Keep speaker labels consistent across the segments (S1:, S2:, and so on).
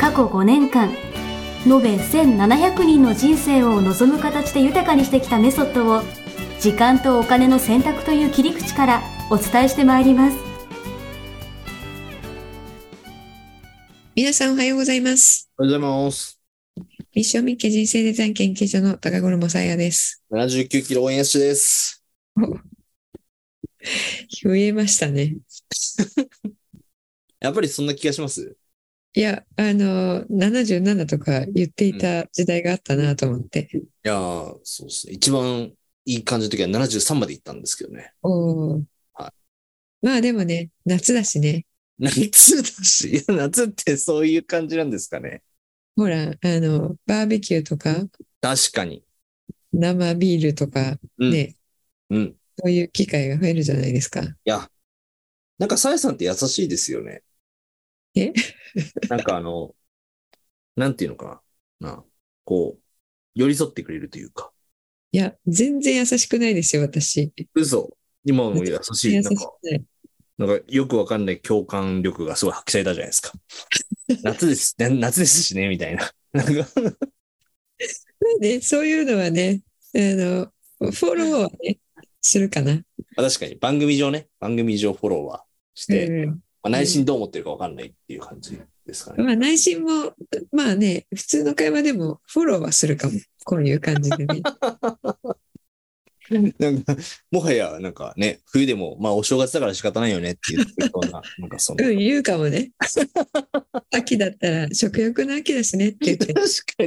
S1: 過去5年間延べ1700人の人生を望む形で豊かにしてきたメソッドを時間とお金の選択という切り口からお伝えしてまいります
S2: 皆さんおはようございます。
S3: おはようございます。
S2: ミッションミッケ人生デザイン研究所の高頃もさやです。
S3: 79キロ応援しです。
S2: 増えましたね。
S3: やっぱりそんな気がします。
S2: いや、あの、77とか言っていた時代があったなと思って。
S3: いやー、そうですね。一番いい感じの時は73まで行ったんですけどね。
S2: おー
S3: は
S2: まあでもね、夏だしね。
S3: 夏だし、 いや夏ってそういう感じなんですかね。
S2: ほら、あの、バーベキューとか
S3: 確かに。
S2: 生ビールとか
S3: うん
S2: ね、
S3: うん。い
S2: そういう機会が増えるじゃないですか。
S3: や、なんかさやさんって優しいですよね。
S2: え
S3: なんかあの、なんていうのかな。なあこう、寄り添ってくれるというか。
S2: いや、全然優しくないですよ、私。
S3: 嘘。今も優しい。
S2: 優
S3: な
S2: し
S3: ん
S2: く
S3: か、
S2: ない。
S3: なんかよくわかんない共感力がすごい発揮されたじゃないですか。 夏です、な夏ですしね、 みたいな。なんか、
S2: ね、そういうのはね、あの、フォローはね、するかな。
S3: 確かに番組上ね、番組上フォローはして、
S2: うん
S3: まあ、内心どう思ってるかわかんないっていう感じですかね。
S2: まあ内心も、まあね、普通の会話でもフォローはするかも。こういう感じでね。
S3: なんか、もはや、なんかね、冬でも、まあお正月だから仕方ないよねっていうような、 なんかその、
S2: うん、言うかもね。秋だったら食欲の秋だしねって言っ
S3: 確
S2: て。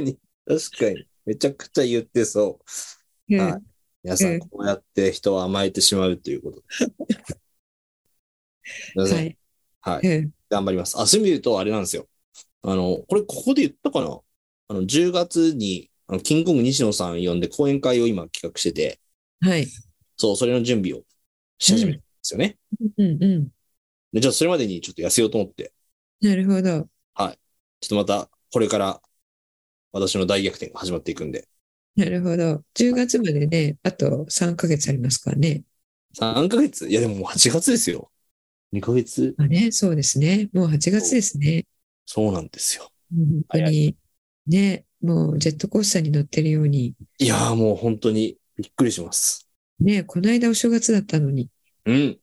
S3: かに、確かに、めちゃくちゃ言ってそう。
S2: うん
S3: はい皆さ
S2: うん
S3: ん、こうやって人を甘えてしまうという ことで。皆さん
S2: は、い。
S3: はい。
S2: うん
S3: 頑張ります。あ、そういう意味で言うと、あれなんですよ。あの、これ、ここで言ったかなあの、10月に、あのキングコング西野さん呼んで講演会を今企画してて、
S2: はい。
S3: そう、それの準備をし始めたんですよね。
S2: うんう
S3: でじゃあ、それまでにちょっと痩せようと思って、
S2: ん。なるほど。
S3: ちょっとまた、これから、私の大逆転が始まっていくんで、
S2: なるほど。10月までね、あと3ヶ月ありますからね。
S3: 3ヶ月いや、でももう8月ですよ。2ヶ月
S2: まあね、そうですね。もう8月ですね。
S3: そうなんですよ。
S2: 本当に。ね、もうジェットコースターに乗ってるように。
S3: いやー、もう本当にびっくりします。
S2: ね、この間お正月だったのに。
S3: うん。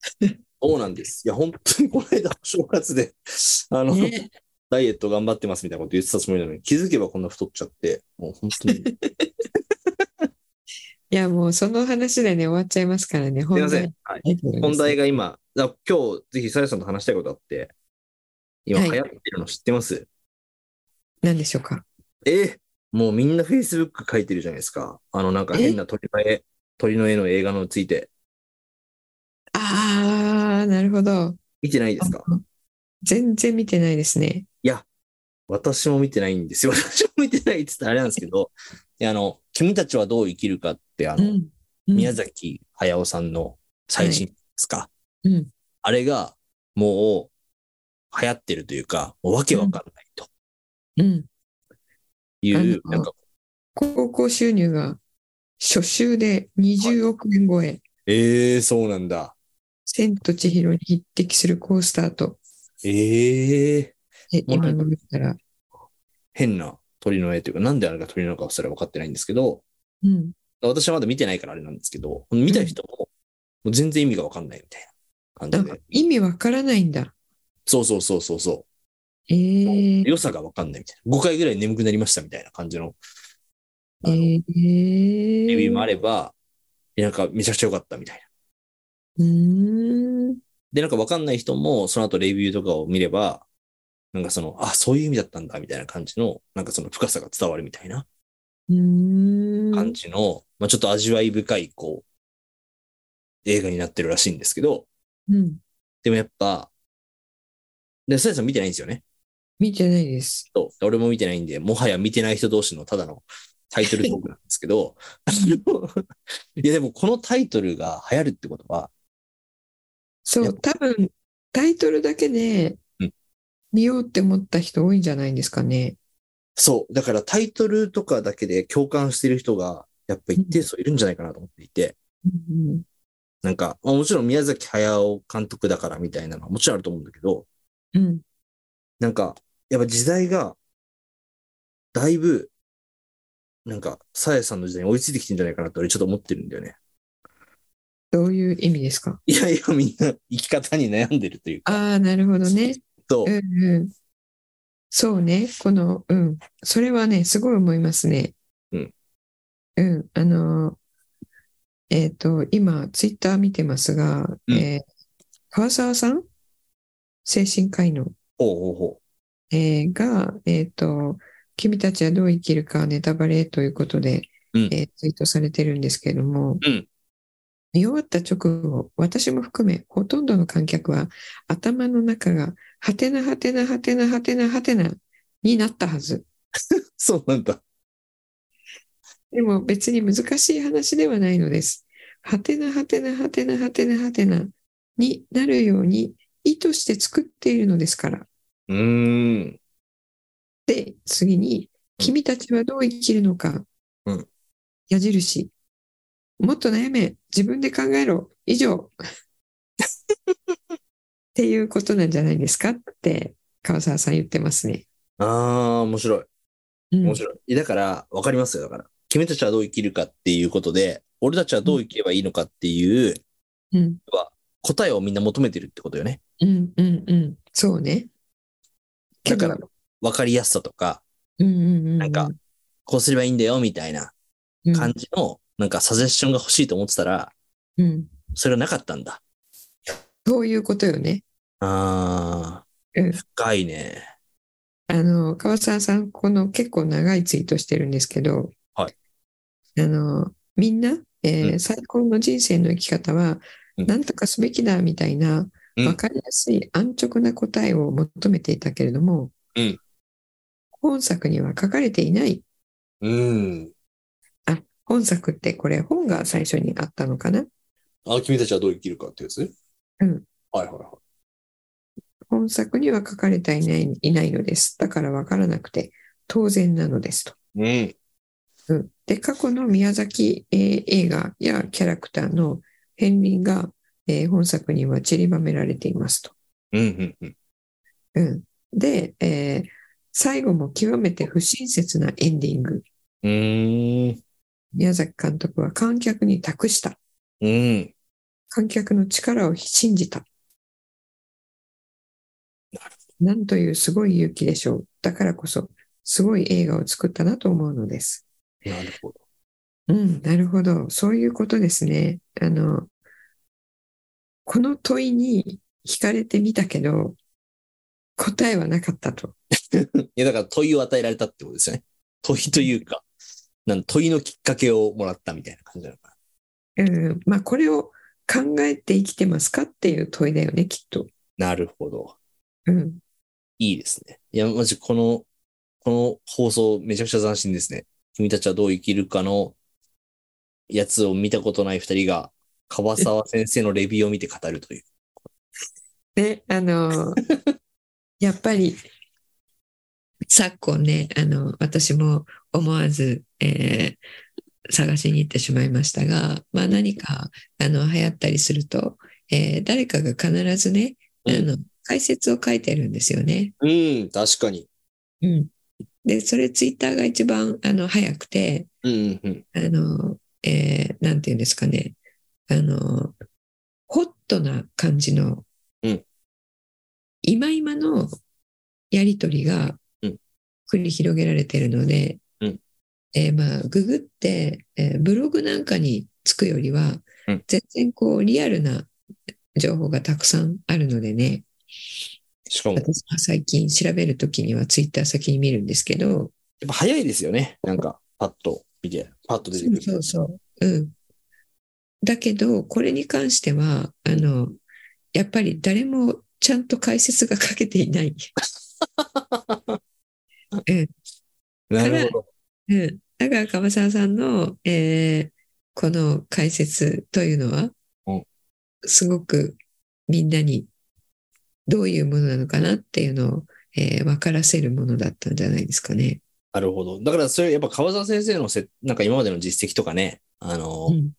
S3: そうなんです。いや、本当にこの間、お正月で、あの、
S2: ね、
S3: ダイエット頑張ってますみたいなこと言ってたつもりなのに、気づけばこんな太っちゃって、もう本当に。す
S2: いや、もうその話でね、終わっちゃいますからね。
S3: い
S2: 本
S3: ませ
S2: 題
S3: ん。はい、
S2: ないと思います
S3: 本題が今、だ今日、ぜひ、さやさんと話したいことあって、今、
S2: は
S3: 流
S2: い
S3: 行ってるの知ってます、
S2: 何でしょうか。
S3: えもうみんな Facebook 書いてるじゃないですか。あの、なんか変な鳥の絵、鳥の絵の映画のついて、
S2: ああ、なるほど。
S3: 見てないですか
S2: 全然見てないですね。
S3: 私も見てないんですよ。 私も見てないって言ったらあれなんですけど、であの、君たちはどう生きるかって、あの、
S2: ん。うん
S3: 宮崎駿さんの最新ですか、
S2: うん
S3: あれがもう流行ってるというか、もうわけわかんないと
S2: うん。
S3: いう、
S2: うん
S3: なんか、
S2: 高校収入が初週で20億円超え、
S3: ええー、そうなんだ。
S2: 千と千尋に匹敵するコースターと、
S3: ええー、
S2: で
S3: もうな
S2: 今
S3: ん
S2: の
S3: か
S2: 見たら、
S3: 変な鳥の絵というか、なんであれが鳥なのかすら分かってないんですけど、
S2: うん。
S3: 私はまだ見てないからあれなんですけど、見た人も、もう全然意味がわかんないみたいな
S2: な
S3: 感
S2: ん
S3: じ
S2: か
S3: で。
S2: 意味わからないんだ。
S3: そうそうそうそうそ
S2: え
S3: う。
S2: ー、
S3: 良さがわかんないみたいな。5回ぐらい眠くなりましたみたいな感じの、
S2: え
S3: あの
S2: ー、
S3: レビューもあれば、いやなんかめちゃくちゃ良かったみたいな。
S2: うーん。
S3: で、なんかわかんない人も、その後レビューとかを見れば、なんかその、あ、そういう意味だったんだ、みたいな感じの、なんかその深さが伝わるみたいな
S2: うーん。
S3: 感じの、まあちょっと味わい深い、こう、映画になってるらしいんですけど、
S2: うん。
S3: でもやっぱ、で、さやさん見てないんですよね。
S2: 見てないです。
S3: と、俺も見てないんで、もはや見てない人同士のただのタイトルトークなんです けど、あのいやでもこのタイトルが流行るってことは、
S2: そ
S3: や
S2: う、多分、タイトルだけで
S3: うん
S2: 見ようって思った人多いんじゃないんですかね。
S3: そう、だからタイトルとかだけで共感してる人が、やっぱ一定数いるんじゃないかなと思っていて、
S2: うん
S3: なんか、まあ、もちろん宮崎駿監督だからみたいなのはもちろんあると思うんだけど、
S2: うん。
S3: なんか、やっぱ時代が、だいぶ、なんか、さえさんの時代に追いついてきてんじゃないかなって俺ちょっと思ってるんだよね。
S2: どういう意味ですか
S3: いやいや、みんな生き方に悩んでるというか、
S2: ああ、なるほどね。
S3: と
S2: うんうん。そうね。この、うん。それはね、すごい思いますね。
S3: うん。
S2: うん。あの、えっ、と、今、ツイッター見てますが、
S3: うん
S2: えー川沢さん精神科医の、
S3: ほうほうほ
S2: えーが、えっ、と、君たちはどう生きるかネタバレということで、
S3: うん
S2: えーツイートされてるんですけれども、
S3: うん
S2: 見終わった直後、私も含め、ほとんどの観客は、頭の中が、はてなはてなはてなはてなはてなになったはず。
S3: う。そうなんだ。
S2: でも別に難しい話ではないのです。はてなはてなはてなはてなはてなになるように、意図して作っているのですから。
S3: うーん。
S2: で、次に、君たちはどう生きるのか。
S3: うん
S2: 矢印。もっと悩め。自分で考えろ。以 上。っていうことなんじゃないですかって、川沢さん言ってますね。
S3: ああ、面白い。
S2: うん
S3: 面白い。だから、わかりますよ。だから、君たちはどう生きるかっていうことで、俺たちはどう生きればいいのかっていう
S2: うん、
S3: 答えをみんな求めてるってことよね。
S2: うん、うん、うん。そうね。けど
S3: だかわかりやすさとか、
S2: うん、うん、うん。
S3: なんか、こうすればいいんだよ、みたいな
S2: うん、
S3: 感じの、なんかサジェッションが欲しいと思ってたら、
S2: うん。
S3: それがなかったんだ。
S2: そういうことよね。
S3: あ
S2: うん
S3: ー、深いね。
S2: あの、川沢さん、この結構長いツイートしてるんですけど、
S3: は
S2: あの、みんな、えー
S3: うん
S2: 最高の人生の生き方は、
S3: うん
S2: なんとかすべきだみたいな、
S3: うん
S2: わかりやすい安直な答えを求めていたけれども、
S3: うん
S2: 本作には書かれていない。
S3: うん。
S2: 本作ってこれ本が最初にあったのかな
S3: あ、君たちはどう生きるかってやつね。
S2: うん。
S3: はいはいは
S2: 本作には書かれていないいないのです。だからわからなくて当然なのですと。
S3: い。うん。
S2: うんで、過去の宮崎、えー映画やキャラクターの片鱗が、えー本作には散りばめられていますと。
S3: うん、うん、
S2: うん、で、えー最後も極めて不親切なエンディング。
S3: うん。うーん。
S2: 宮崎監督は観客に託した。
S3: うん。
S2: 観客の力を信じた。なんというすごい勇気でしょう。だからこそ、すごい映画を作ったなと思うのです。
S3: なるほど。
S2: うん、なるほど。そういうことですね。あの、この問いに惹かれてみたけど、答えはなかったと。
S3: いや、だから問いを与えられたってことですよね。問いというか、なん問いのきっかけをもらったみたいな感じなのかな。
S2: うん、まあ、これを考えて生きてますかっていう問いだよね、きっと。
S3: なるほど。
S2: うん。
S3: いいですね。いや、まじこの、この放送めちゃくちゃ斬新ですね。君たちはどう生きるかのやつを見たことない二人が、川沢先生のレビューを見て語るという。
S2: ね、あの、やっぱり、昨今ね、あの、私も思わず、えー探しに行ってしまいましたが、まあ何か、あの、流行ったりすると、えー誰かが必ずね、あの、解説を書いてるんですよね。
S3: うん、確かに。
S2: うん。で、それツイッターが一番、あの、早くて、
S3: うん、うん、
S2: あの、えーなんていうんですかね、あの、ホットな感じの、
S3: うん
S2: 今今のやりとりが
S3: うん
S2: 繰り広げられているので、
S3: うん
S2: えーまあ、ググって、えーブログなんかにつくよりは、
S3: うん
S2: 全然こう、リアルな情報がたくさんあるのでね、
S3: しかも、やっ
S2: 私は最近調べるときにはツイッター先に見るんですけど、
S3: ぱ早いですよね。なんか、パッと見て、パッと出てくる。
S2: そうそうそう。うん。だけど、これに関しては、あの、やっぱり誰もちゃんと解説がかけていない。え
S3: なるほど。
S2: うん、だから鎌沢さんの、えーこの解説というのは
S3: うん、
S2: すごくみんなにどういうものなのかなっていうのを、えー分からせるものだったんじゃないですかね。
S3: なるほど。だから、それ、やっぱ川沢先生のせ、なんか今までの実績とかね、あの、
S2: うん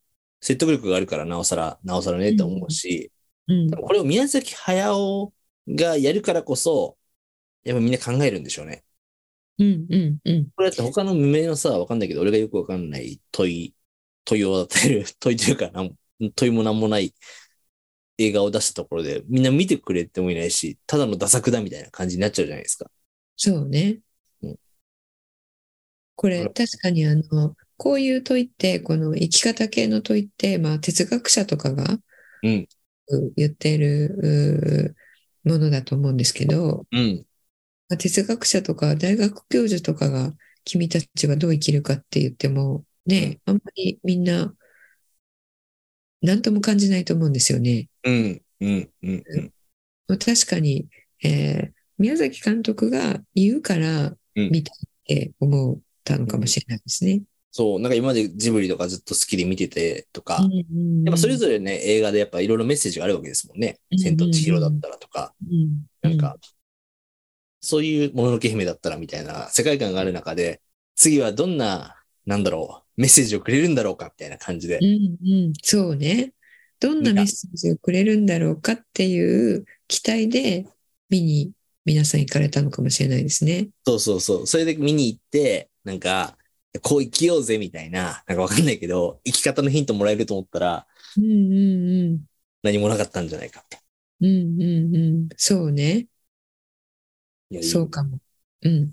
S3: 説得力があるから、なおさら、なおさらねって思うし、
S2: うん
S3: 多分これを宮崎駿がやるからこそ、やっぱみんな考えるんでしょうね。
S2: うんうんうん
S3: これだって他の無名のさ、わかんないけど、俺がよくわかんない問い、問いを与える、 問いというか、なん問いもなんもない映画を出したところで、みんな見てくれてもいないし、ただのダ作だみたいな感じになっちゃうじゃないですか。
S2: そうね
S3: うん。
S2: これ確かにあのこういう問いってこの生き方系の問いって、まあ、哲学者とかが
S3: うん
S2: う言ってるうものだと思うんですけど、
S3: うん。
S2: まあ哲学者とか大学教授とかが君たちはどう生きるかって言ってもね、あんまりみんな何とも感じないと思うんですよね。
S3: うん。うん。うん。うん。
S2: まあ確かに、えー宮崎監督が言うから
S3: うん
S2: 見たいって思ったのかもしれないですね。
S3: そう、なんか今までジブリとかずっと好きで見ててとか、やっぱそれ
S2: ぞ
S3: ぞれね、映画でやっぱいろいろメッセージがあるわけですもんね。
S2: うん
S3: 千と千尋だったらとか、
S2: れ、うん
S3: なんか、そういうもののけ姫だったらみたいな世界観がある中で、次はどんな、なんだろう、メッセージをくれるんだろうかみたいな感じで
S2: うん、うん、そうね。どんなメッセージをくれるんだろうかっていう期待で見に皆さん行かれたのかもしれないですね。
S3: そうそうそう、それで見に行って、なんか、こう生きようぜみたいな、なんかわかんないけど、生き方のヒントもらえると思ったら、
S2: うんうんうん。
S3: 何もなかったんじゃないかって。
S2: うんうんうん。そうね。
S3: いや
S2: そう。かも。うん。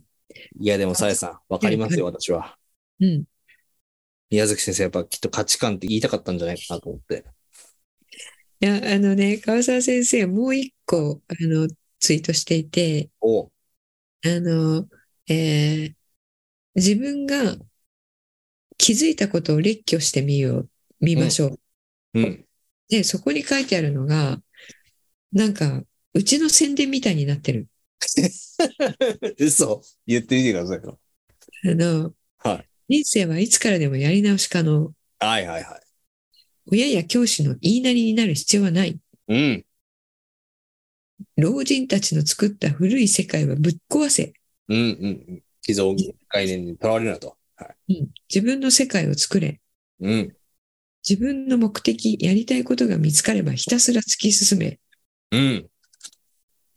S3: いや、でも、さやさん、わかりますよ、私は。
S2: うん。
S3: 宮崎先生、やっぱきっと価値観って言いたかったんじゃないかなと思って。
S2: いや、あのね、川沢先生、もう一個、あの、ツイートしていて、
S3: おう
S2: あの、えー自分が気づいたことを列挙してみよう、見ましょう。
S3: うん。
S2: で、そこに書いてあるのが、なんか、うちの宣伝みたいになってる。
S3: 嘘。言ってみてくださいよ。
S2: あの、
S3: は
S2: 人生はいつからでもやり直し可能。
S3: はいはいはい。
S2: 親や教師の言いなりになる必要はない。
S3: うん。
S2: 老人たちの作った古い世界はぶっ壊せ。
S3: うんうんうん。既存概念にとらわれるなと。はい。
S2: うん自分の世界を作れ。
S3: うん。
S2: 自分の目的、やりたいことが見つかればひたすら突き進め。
S3: うん。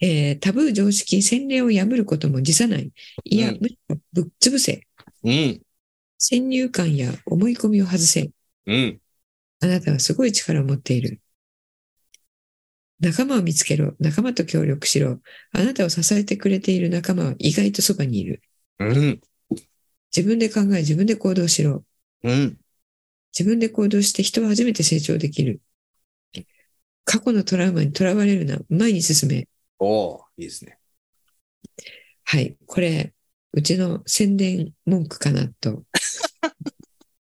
S2: えータブー常識、洗礼を破ることも辞さない。いや、
S3: うん
S2: むしろぶっ潰せ。
S3: うん。
S2: 先入観や思い込みを外せ。
S3: うん。
S2: あなたはすごい力を持っている。仲間を見つけろ。仲間と協力しろ。あなたを支えてくれている仲間は意外とそばにいる。
S3: うん。
S2: 自分で考え、自分で行動しろ。
S3: うん。
S2: 自分で行動して人は初めて成長できる。過去のトラウマにとらわれるな。前に進め。
S3: おおいいですね。
S2: はい。これ、うちの宣伝文句かなと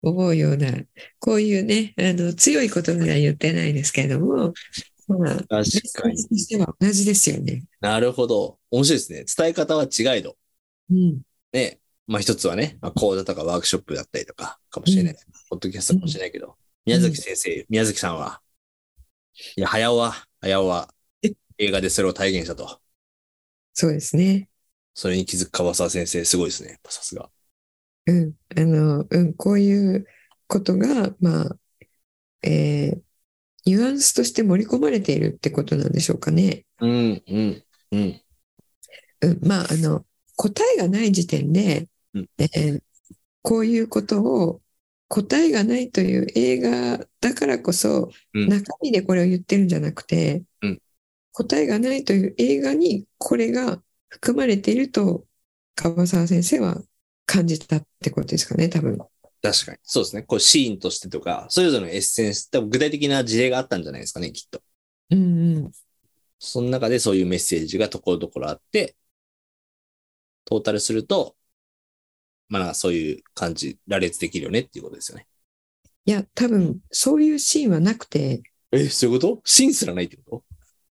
S2: 思うような、こういうね、あの、強いことには言ってないですけれども、まあ、
S3: 確
S2: メッセージとしては同じですよね。
S3: なるほど。面白いですね。伝え方は違いど。
S2: うん。
S3: ね。まあ一つはね、まあ、講座とかワークショップだったりとかかもしれない。ポッドキャストかもしれないけど、宮崎先生、宮崎さんは、いや、早尾は、早尾は、映画でそれを体現したと。
S2: そうですね。
S3: それに気づく川沢先生、すごいですね。やっぱさすが。
S2: うん。あの、うん、こういうことが、まあ、えーニュアンスとして盛り込まれているってことなんでしょうかね。
S3: うん、うん、うん。
S2: うん、まあ、あの、答えがない時点で、
S3: うん
S2: えーこういうことを、答えがないという映画だからこそ、
S3: うん
S2: 中身でこれを言ってるんじゃなくて、
S3: うん
S2: 答えがないという映画にこれが含まれていると、川沢先生は感じたってことですかね、多分。
S3: 確かに。そうですね。こうシーンとしてとか、それぞれのエッセンス、多分具体的な事例があったんじゃないですかね、きっと。
S2: うんうん。
S3: その中でそういうメッセージがところどころあって、トータルすると、まあなんかそういう感じ、羅列できるよねっていうことですよね。
S2: いや、多分、そういうシーンはなくて、
S3: え、そういうことシーンすらないってこ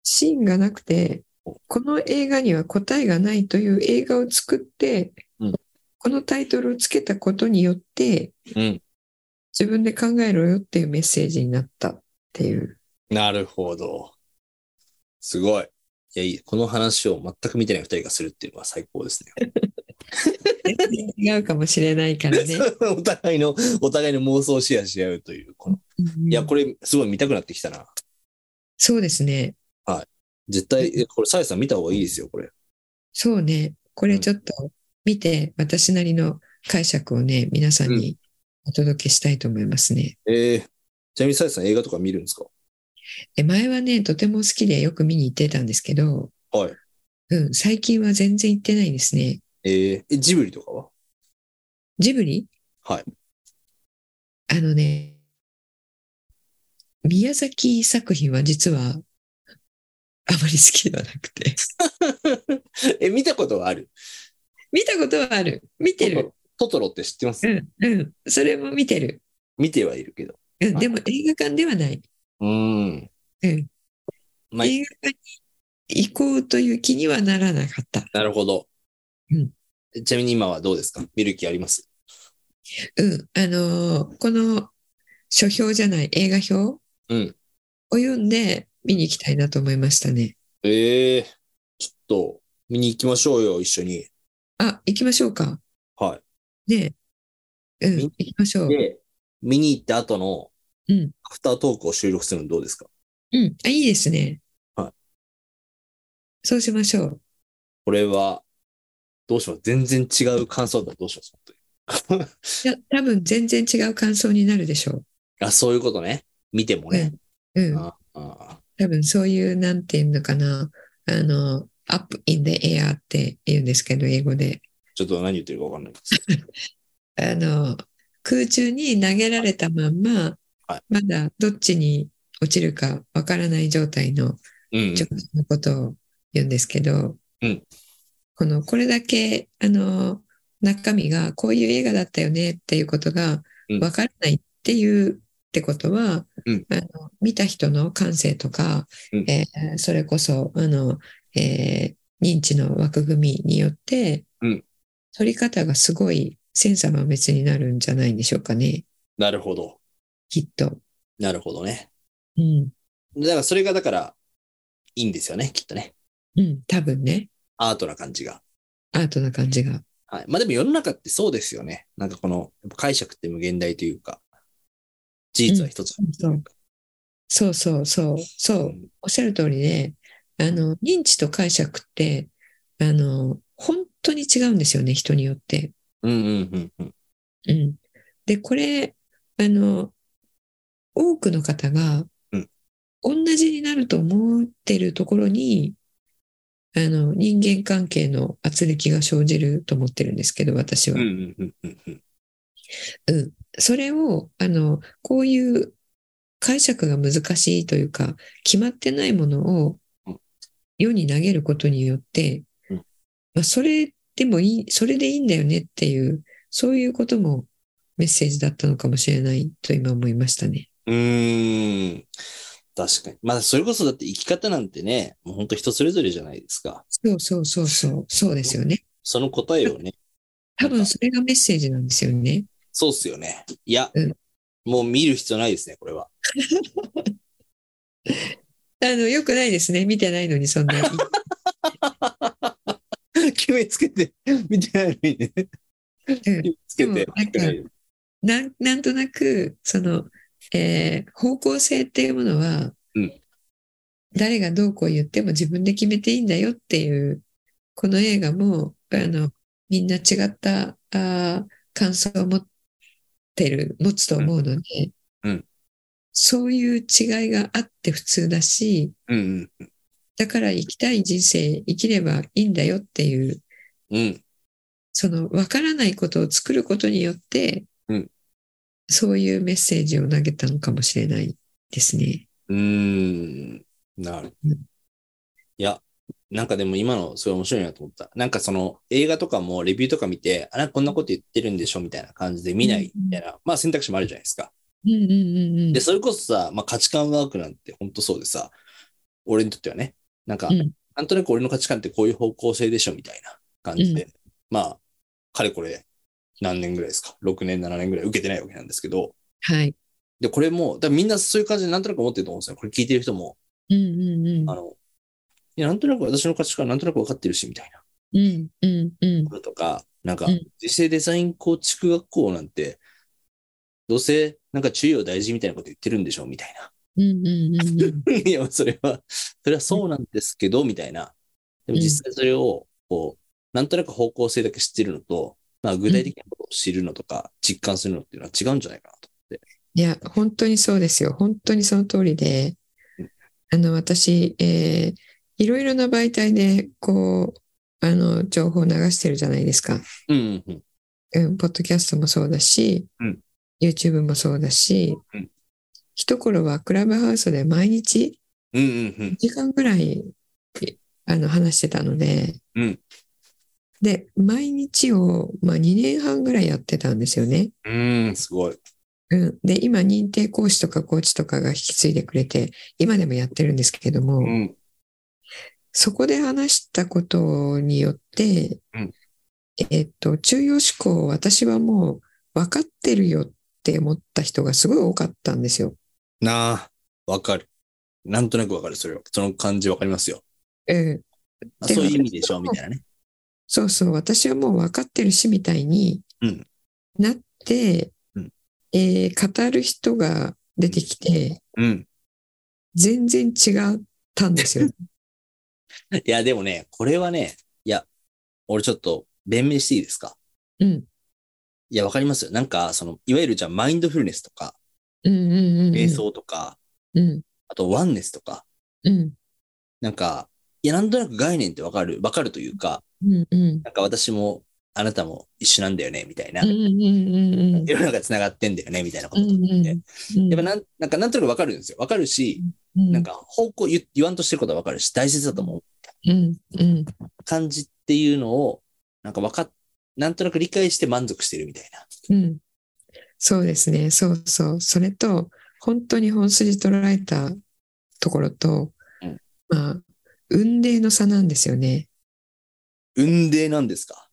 S2: シーンがなくて、この映画には答えがないという映画を作って、
S3: うん
S2: このタイトルをつけたことによって、
S3: うん。
S2: 自分で考えろよっていうメッセージになったっていう。
S3: なるほど。すごい。いや、いい。この話を全く見てない二人がするっていうのは最高ですね。
S2: 違うかもしれないからね。
S3: お互いの、お互いの妄想をシェアし合うという、この。いや、これ、すごい見たくなってきたな。
S2: そうですね。
S3: 絶対、えこれ、サイさん見た方がいいですよ、これ。
S2: そうね。これちょっと見て、私なりの解釈をね、皆さんにお届けしたいと思いますね。
S3: えー、ちなみにサイさん映画とか見るんですか
S2: え前はね、とても好きでよく見に行ってたんですけど、
S3: はい。
S2: うん、最近は全然行ってないですね。
S3: えー、えジブリとかは
S2: ジブリ
S3: はい。
S2: あのね、宮崎作品は実はあまり好きではなくて。
S3: え、見たことはある
S2: 見たことはある。見てる。
S3: トトロって知ってます
S2: うん、うん。それも見てる。
S3: 見てはいるけど。
S2: うん、でも映画館ではない。
S3: うん。
S2: うん
S3: まあ、
S2: 映画館に行こうという気にはならなかった。
S3: なるほど。
S2: うん
S3: ちなみに今はどうですか見る気あります
S2: うん、あのーこの書評じゃない映画表を
S3: うん
S2: 読んで見に行きたいなと思いましたね。
S3: ええちょっと、見に行きましょうよ、一緒に。
S2: あ、行きましょうか。
S3: は
S2: ねえ。うん
S3: 見、に
S2: 行きましょう。
S3: で、見に行った後の、
S2: うん
S3: アフタートークを収録するのどうですか
S2: うん、あ、いいですね。
S3: は
S2: そうしましょう。
S3: これは、どうします全然違う感想だったらどうします本当に
S2: いや、多分全然違う感想になるでしょ
S3: あ、そういうことね。見てもね。
S2: う。うん、
S3: ああ
S2: 多分そういう、なんていうのかな。あの、アップイン the air って言うんですけど、英語で。
S3: ちょっと何言ってるかわかんないです。
S2: あの、空中に投げられたまんま、
S3: はい
S2: まだどっちに落ちるかわからない状態の
S3: うん
S2: 状。態のことを言うんですけど、
S3: うん
S2: この、これだけ、あの、中身がこういう映画だったよねっていうことが
S3: うん
S2: わからないっていうってことは、
S3: うん
S2: あの見た人の感性とか、
S3: うん
S2: えーそれこそ、あの、えー認知の枠組みによって、
S3: うん
S2: 取り方がすごい千差万別になるんじゃないんでしょうかね、
S3: なるほど。
S2: きっと。
S3: なるほどね。
S2: うん、
S3: だから、それがだから、いいんですよね、きっとね。
S2: うん、多分ね、
S3: アートな感じが。
S2: アートな感じが。
S3: はい。まあでも世の中ってそうですよね。なんかこの、やっぱ解釈って無限大というか、事実は一つ。
S2: そうそうそうそう、そうう、
S3: ん
S2: おっしゃる通りで、あの、認知と解釈って、あの、本当に違うんですよね、人によって。
S3: うんうんうん
S2: うん。で、これ、あの、多くの方が
S3: う
S2: 同
S3: ん、
S2: じになると思ってるところに、あの、人間関係の圧力が生じると思ってるんですけど、私
S3: う
S2: は。
S3: ん。うんうんうんうん
S2: うん、それをあのこういう解釈が難しいというか決まってないものを
S3: うん
S2: 世に投げることによって、
S3: うん
S2: まあ、それでもいいそれでいいんだよねっていうそういうこともメッセージだったのかもしれないと今思いましたね。
S3: うん。うーん。確かに。まあそれこそだって生き方なんてね、もう本当人それぞれじゃないですか。
S2: そうそうそうそうそうですよね。
S3: その答えを ね、
S2: 多分それがメッセージなんですよね。
S3: そうっすよね。いや、
S2: うん
S3: もう見る必要ないですね、これは。
S2: あのよくないですね見てないのにそん な
S3: 決めつけて、見てないのにね。
S2: うん
S3: 決めつけ
S2: で
S3: て
S2: もなんか。なんなんとなくその、えー方向性っていうものは、
S3: うん
S2: 誰がどうこう言っても自分で決めていいんだよっていうこの映画もあのみんな違ったあー感想を持ってる持つと思うので、
S3: うんうん
S2: そういう違いがあって普通だし
S3: うんうん。
S2: だから生きたい人生生きればいいんだよっていう
S3: うん。
S2: その分からないことを作ることによって、
S3: うん
S2: そういうメッセージを投げたのかもしれないですね。
S3: うーん。なる。
S2: うん
S3: いや、なんかでも今のすごい面白いなと思った。なんかその映画とかもレビューとか見て、あら、こんなこと言ってるんでしょみたいな感じで見ないみたいな、まあ選択肢もあるじゃないですか。
S2: うんうんうんうん
S3: で、それこそさ、まあ価値観ワークなんて本当そうでさ、俺にとってはね、なんか、
S2: うん
S3: あなんとなく俺の価値観ってこういう方向性でしょみたいな感じで、まあ、かれこれ何年ぐらいですか ?6 年、7年ぐらい受けてないわけなんですけど、
S2: はい。
S3: で、これも、だからみんなそういう感じでなんとなく思ってると思うんですよ。これ聞いてる人も、
S2: うんうん
S3: あの、いや、なんとなく私の価値観なんとなく分かってるし、みたいな
S2: うん。うんうんうん。
S3: こととか、なんか
S2: うん、
S3: 実際デザイン構築学校なんて、どうせ、なんか注意を大事みたいなこと言ってるんでしょみたいな。
S2: うんうんうんうん。
S3: いや、それは、それはそうなんですけど、みたいな。でも実際それを、こう、なんとなく方向性だけ知ってるのと、まあ、具体的なことを知るのとか、実感するのっていうのは違うんじゃないかなと。
S2: いや、本当にそうですよ。本当にその通りで、あの、私、えーいろいろな媒体で、こう、あの、情報を流してるじゃないですか。
S3: うんうんうん。
S2: うん、ポッドキャストもそうだし、
S3: うん
S2: YouTube もそうだし、
S3: うん
S2: 一頃はクラブハウスで毎日
S3: うんうん
S2: 時間ぐらいいあの話してたので、
S3: うん
S2: で、毎日を、まあ、2年半ぐらいやってたんですよね。
S3: うん。うん、すごい。
S2: うん、で、今、認定講師とかコーチとかが引き継いでくれて、今でもやってるんですけれども、
S3: うん。
S2: そこで話したことによって、
S3: うん
S2: えっと、中庸思考を私はもう分かってるよって思った人がすごい多かったんですよ。
S3: なあ、わかる。なんとなくわかる、それは。その感じわかりますよ。
S2: うん、
S3: あ
S2: で
S3: そういう意味でしょ、みたいなね。
S2: そうそう、私はもう分かってるしみたいに
S3: うん
S2: なって、
S3: うん
S2: えー語る人が出てきて、
S3: うん。
S2: 全然違ったん ですよ。
S3: いや、でもね、これはね、いや、俺ちょっと弁明していいですか
S2: うん、
S3: いや、わかりますよ。なんか、その、いわゆるじゃあ、マインドフルネスとか、
S2: うん、うんうんうん。
S3: 瞑想とか、
S2: うん、
S3: あと、ワンネスとか、
S2: うん、
S3: なんか、いや、なんとなく概念ってわかる、わかるというか、
S2: うん、うん。
S3: なんか私も、あなたも一緒なんだよね、みたいな。
S2: うんうんうんうん
S3: 世の中繋がってんだよね、みたいなこ
S2: う
S3: とと
S2: ん
S3: かって。
S2: うん
S3: やっ
S2: うん
S3: ぱなん、なんか、なんとなくわかるんですよ。わかるし、
S2: うん
S3: なんか、方向言、言わんとしてることはわかるし、大切だと思う。
S2: うんうん
S3: 感じっていうのを、なんかわかっ、なんとなく理解して満足してるみたいな。
S2: うんそうですねそうそうそれと本当に本筋捉えたところと、
S3: うん
S2: まあ運命の差なんですよね
S3: 運命なんですか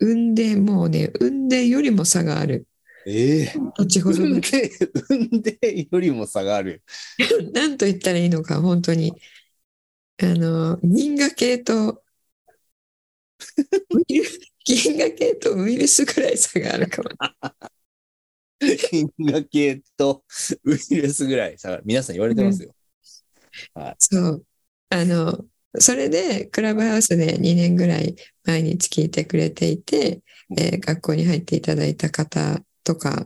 S2: 運命もうね運命よりも差がある
S3: ええ
S2: 後ほど
S3: 運
S2: の
S3: 命、 運命よりも差がある。
S2: 何と言ったらいいのか本当にあの銀河系 とウイル銀河系とウイルスぐらい差があるかも
S3: 銀河系とウイルスぐらい差がある。皆さん言われてますよ。
S2: そう。あの、それで、クラブハウスで2年ぐらい毎日聞いてくれていて、えー学校に入っていただいた方とか、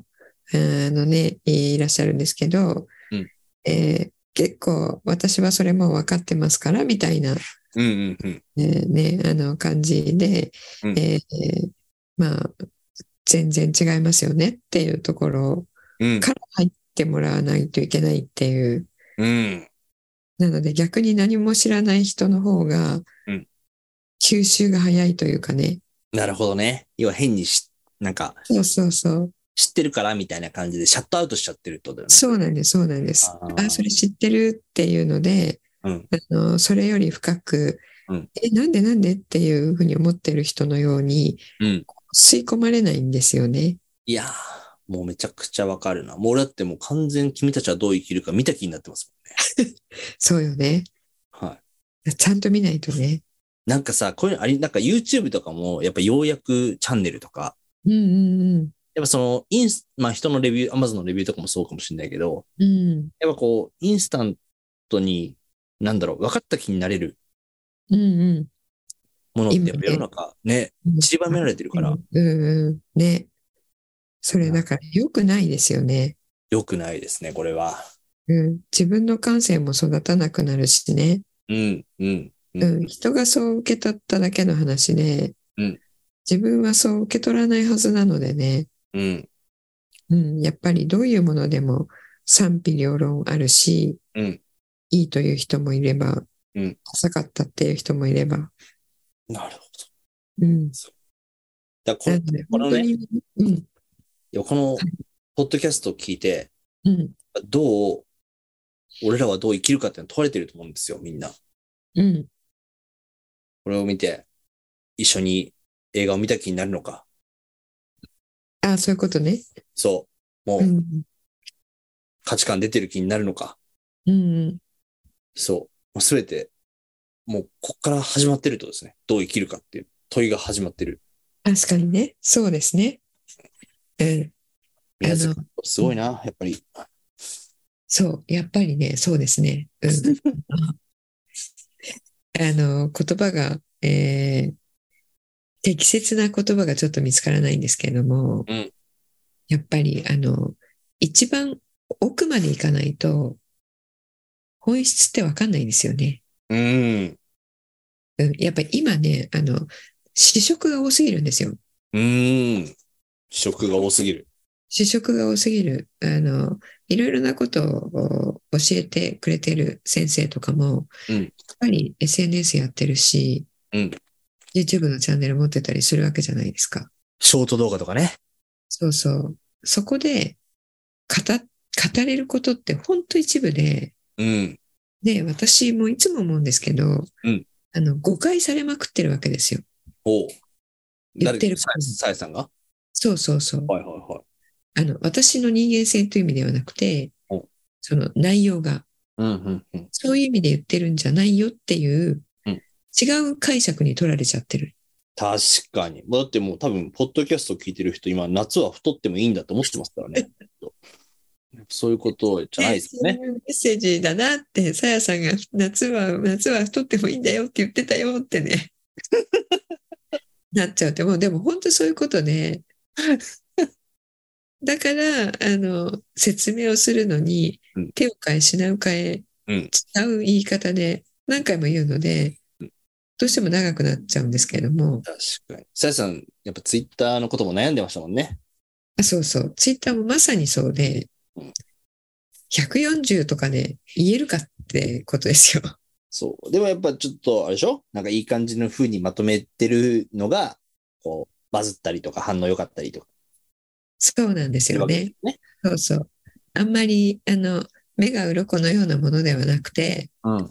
S2: あのね、いらっしゃるんですけど、
S3: うん
S2: えー結構私はそれも分かってますから、みたいな、
S3: うんうんうん。
S2: えーね、あの感じで、
S3: うん
S2: えーまあ、全然違いますよねっていうところ
S3: うん。
S2: から入ってもらわないといけないっていう
S3: うん。
S2: なので逆に何も知らない人の方が
S3: うん
S2: 吸収が早いというかね。
S3: なるほどね。要は変にし、なんか、
S2: そうそうそう。
S3: 知ってるからみたいな感じでシャットアウトしちゃってるってことだよね。
S2: そうなんです、そうなんです。
S3: あー
S2: あ、それ知ってるっていうので、
S3: うん
S2: あのそれより深く、
S3: うん
S2: え、なんでなんでっていうふうに思ってる人のように
S3: うん。
S2: 吸い込まれないんですよね。
S3: いやー、もうめちゃくちゃわかるな。もう俺だってもう完全に君たちはどう生きるか見た気になってます
S2: そうよね。
S3: もんね。はい。
S2: ちゃんと見ないとね。
S3: なんかさ、こういうのあり、なんか YouTube とかも、やっぱようやくチャンネルとか、
S2: うんうん
S3: やっぱその、インス、まあ人のレビュー、Amazon のレビューとかもそうかもしれないけど、
S2: うん。うん
S3: やっぱこう、インスタントに、なんだろう、分かった気になれる
S2: うんうん。
S3: ものって、
S2: 今
S3: やっぱ世の中ね、
S2: うん
S3: 散りばめられてるから、
S2: うんうん。ね。それだから良くないですよね。
S3: 良くないですね、これは。
S2: うん、自分の感性も育たなくなるしね、
S3: うん、うん、う、
S2: うんん、人がそう受け取っただけの話で、
S3: うん
S2: 自分はそう受け取らないはずなのでね、
S3: うん、
S2: うん、やっぱりどういうものでも賛否両論あるし、
S3: うん
S2: いいという人もいれば、
S3: うん
S2: 浅かったっていう人もいれば、
S3: なるほ
S2: う
S3: ど。
S2: ん、
S3: だから
S2: な
S3: こ
S2: ので本
S3: この
S2: 当
S3: ね、い
S2: に、うん
S3: やこの、ポッドキャストを聞いて、
S2: うん
S3: どう、俺らはどう生きるかっていうの問われてると思うんですよ、みんな。
S2: うん
S3: これを見て、一緒に映画を見た気になるのか。
S2: あ、そういうことね。
S3: そう。も
S2: う。
S3: うん価値観出てる気になるのか。
S2: うん。
S3: そう。もうすべて、もうこっから始まってるってことですね。どう生きるかっていう問いが始まってる。
S2: 確かにね。そうですね。うん。
S3: 宮崎
S2: あ
S3: 君すごいな、やっぱり。
S2: そう。やっぱりね、そうですね。 うん。あの、言葉が、えー適切な言葉がちょっと見つからないんですけれども、
S3: うん
S2: やっぱり、あの、一番奥まで行かないと、本質ってわかんないんですよね。
S3: うん。
S2: うんやっぱり今ね、あの、試食が多すぎるんですよ。
S3: うん。食が多すぎる。
S2: 試食が多すぎる。あの、いろいろなことをお教えてくれてる先生とかも、
S3: うん
S2: やっぱり SNS やってるし、
S3: うん、
S2: YouTube のチャンネル持ってたりするわけじゃないですか。
S3: ショート動画とかね。
S2: そうそう。そこで、語、語れることってほんと一部で、
S3: うん。
S2: で、私もいつも思うんですけど、
S3: うん
S2: あの、誤解されまくってるわけですよ。
S3: おう
S2: 言ってる
S3: 誰さえさえさんが
S2: そうそうそう。
S3: はいはいはい。
S2: あの、私の人間性という意味ではなくて
S3: お、
S2: その内容が、
S3: うんうんうん。
S2: そういう意味で言ってるんじゃないよっていう
S3: うん、
S2: 違う解釈に取られちゃってる。
S3: 確かに。だってもう多分、ポッドキャスト聞いてる人、今、夏は太ってもいいんだと思ってますから ね。そういうことじゃないですよね。
S2: そういうメッセージだなって、さやさんが夏は、夏は太ってもいいんだよって言ってたよって ね。なっちゃうって、もうでも本当そういうことね。 だから、あの、説明をするのに
S3: うん、
S2: 手を変え、品を変え、
S3: うん
S2: 違う言い方で何回も言うので、どうしても長くなっちゃうんですけれども、
S3: 確かに。さやさん、やっぱツイッターのことも悩んでましたもんね。
S2: あそうそう、ツイッターもまさにそうで
S3: うん、
S2: 140とかで言えるかってことですよ。
S3: そう。でもやっぱちょっと、あれでしょなんかいい感じの風にまとめてるのが、こう、バズったりとか、反応良かったりとか。
S2: そうなんですよね。
S3: ね。
S2: そうそう。あんまり、あの、目が鱗のようなものではなくて、
S3: うん。
S2: あ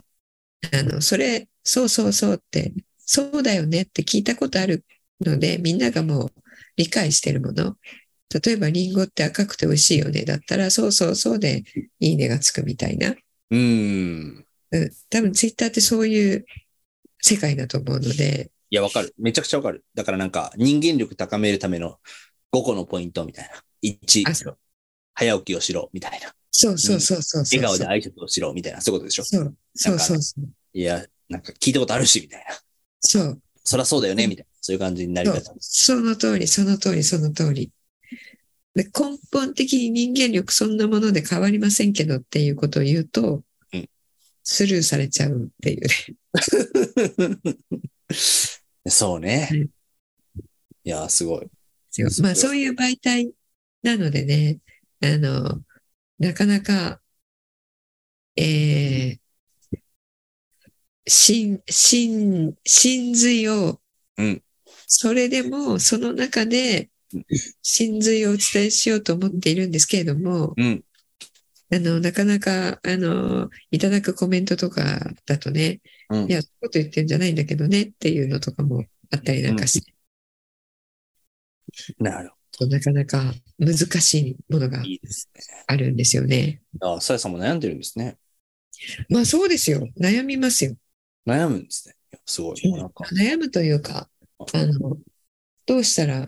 S2: の、それ、そうそうそうって、そうだよねって聞いたことあるので、みんながもう理解してるもの。例えば、リンゴって赤くて美味しいよね。だったら、そうそうそうで、いいねがつくみたいな。
S3: うん。
S2: うん。多分、ツイッターってそういう世界だと思うので、
S3: いや、わかる。めちゃくちゃわかる。だからなんか、人間力高めるための5個のポイントみたいな。
S2: あ
S3: 1
S2: そ、
S3: 早起きをしろ、みたいな。
S2: そうそうそうそうそう。
S3: 笑顔で挨拶をしろ、みたいな。そういうことでしょ
S2: そうそうそうそう。
S3: いや、なんか聞いたことあるし、みたいな。
S2: そう。
S3: そらそうだよね、みたいな。そういう感じになりがちなんです。
S2: その通り、その通り、その通り。で根本的に人間力そんなもので変わりませんけどっていうことを言うと、
S3: うん
S2: スルーされちゃうっていうね。
S3: そうね
S2: うん。
S3: いや、すごい。そう
S2: まあそういう媒体なのでね、あの、なかなか、えー、真、真、真髄を、
S3: うん
S2: それでもその中で
S3: うん
S2: 真髄をお伝えしようと思っているんですけれども、
S3: うん。
S2: あの、なかなか、あの、いただくコメントとかだとね、
S3: うん
S2: いや、そういうこと言ってるんじゃないんだけどねっていうのとかもあったりなんかして、
S3: なるほ
S2: なかなか難しいものが
S3: ど。いいですね。
S2: あるんですよね。
S3: あ、さやさんも悩んでるんですね。
S2: まあそうですよ。悩みますよ。
S3: 悩むんですね。いやすごい。なんか、
S2: 悩むというか、あの、どうしたら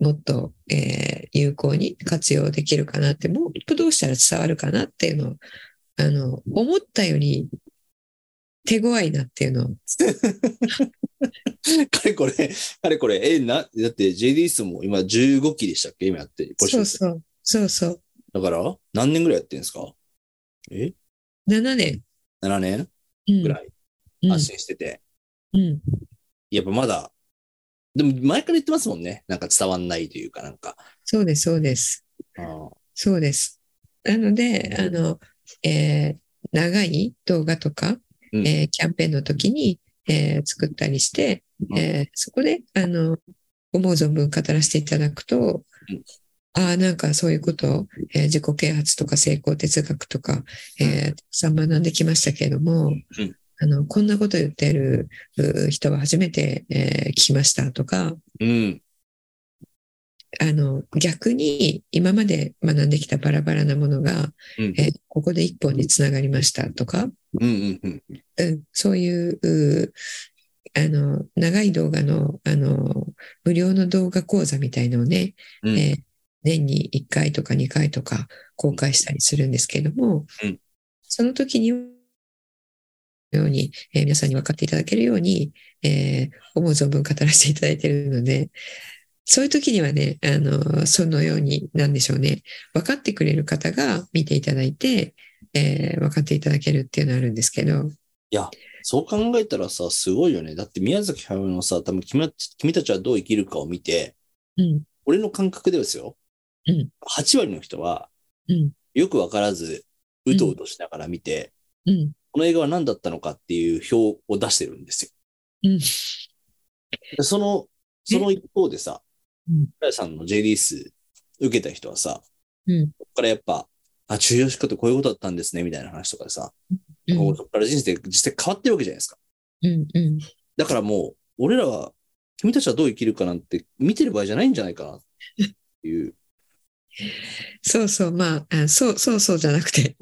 S2: もっと、えー有効に活用できるかなって、もっとどうしたら伝わるかなっていうのを、あの、思ったより手強いなっていうのを
S3: かれこれ、かれこれ、え、な、だって JD 数も今15期でしたっけ今やって。募集
S2: そうそう。そうそう。
S3: だから、何年ぐらいやってるんですかえ
S2: 7年。
S3: ?7 年
S2: うん
S3: ぐらい
S2: うん
S3: 発信してて。
S2: うん
S3: やっぱまだ、でも前から言ってますもんね。なんか伝わんないというか、なんか。
S2: そうです、そうです。
S3: うん
S2: そうです。なので、あの、えー長い動画とか、
S3: うん
S2: えーキャンペーンの時に、えー作ったりして、
S3: うん
S2: えーそこで、あの、思う存分語らせていただくと
S3: うん、
S2: ああ、なんかそういうことを、えー自己啓発とか成功哲学とか、えーたくさん学んできましたけれども、あの、こんなこと言ってるう人は初めて、えー聞きましたとか、
S3: うん。
S2: あの、逆に今まで学んできたバラバラなものが、
S3: うん
S2: えーここで一本につながりましたとか、
S3: うんうんうん。
S2: うん、そういう、うあの、長い動画の、あの、無料の動画講座みたいのをね、
S3: うん
S2: えー年に1回とか2回とか公開したりするんですけれども、
S3: うん
S2: その時に、ように、えー皆さんに分かっていただけるように、えー思う存分語らせていただいているので、そういう時にはね、あの、そのように、なんでしょうね、分かってくれる方が見ていただいて、えー分かっていただけるっていうのはあるんですけど、
S3: そう考えたらさ、すごいよね。だって宮崎駿のさ、多分君たち君たちはどう生きるかを見て、
S2: うん、
S3: 俺の感覚でですよ。
S2: うん
S3: 8割の人は、
S2: うん
S3: よくわからず、うとうとしながら見て、
S2: うん、
S3: この映画は何だったのかっていう表を出してるんですよ。
S2: うん
S3: でその、その一方でさ
S2: うん、
S3: 浦井さんの J リース受けた人はさ、
S2: うん
S3: ここからやっぱ、あ、中央しかってこういうことだったんですね、みたいな話とかでさ、
S2: うん、
S3: こうそこから人生、実際変わってるわけじゃないですか。
S2: うん、うん。
S3: だからもう、俺らは、君たちはどう生きるかなんて見てる場合じゃないんじゃないかなっていう。
S2: そうそう、まあ、あそうそうそうじゃなく て、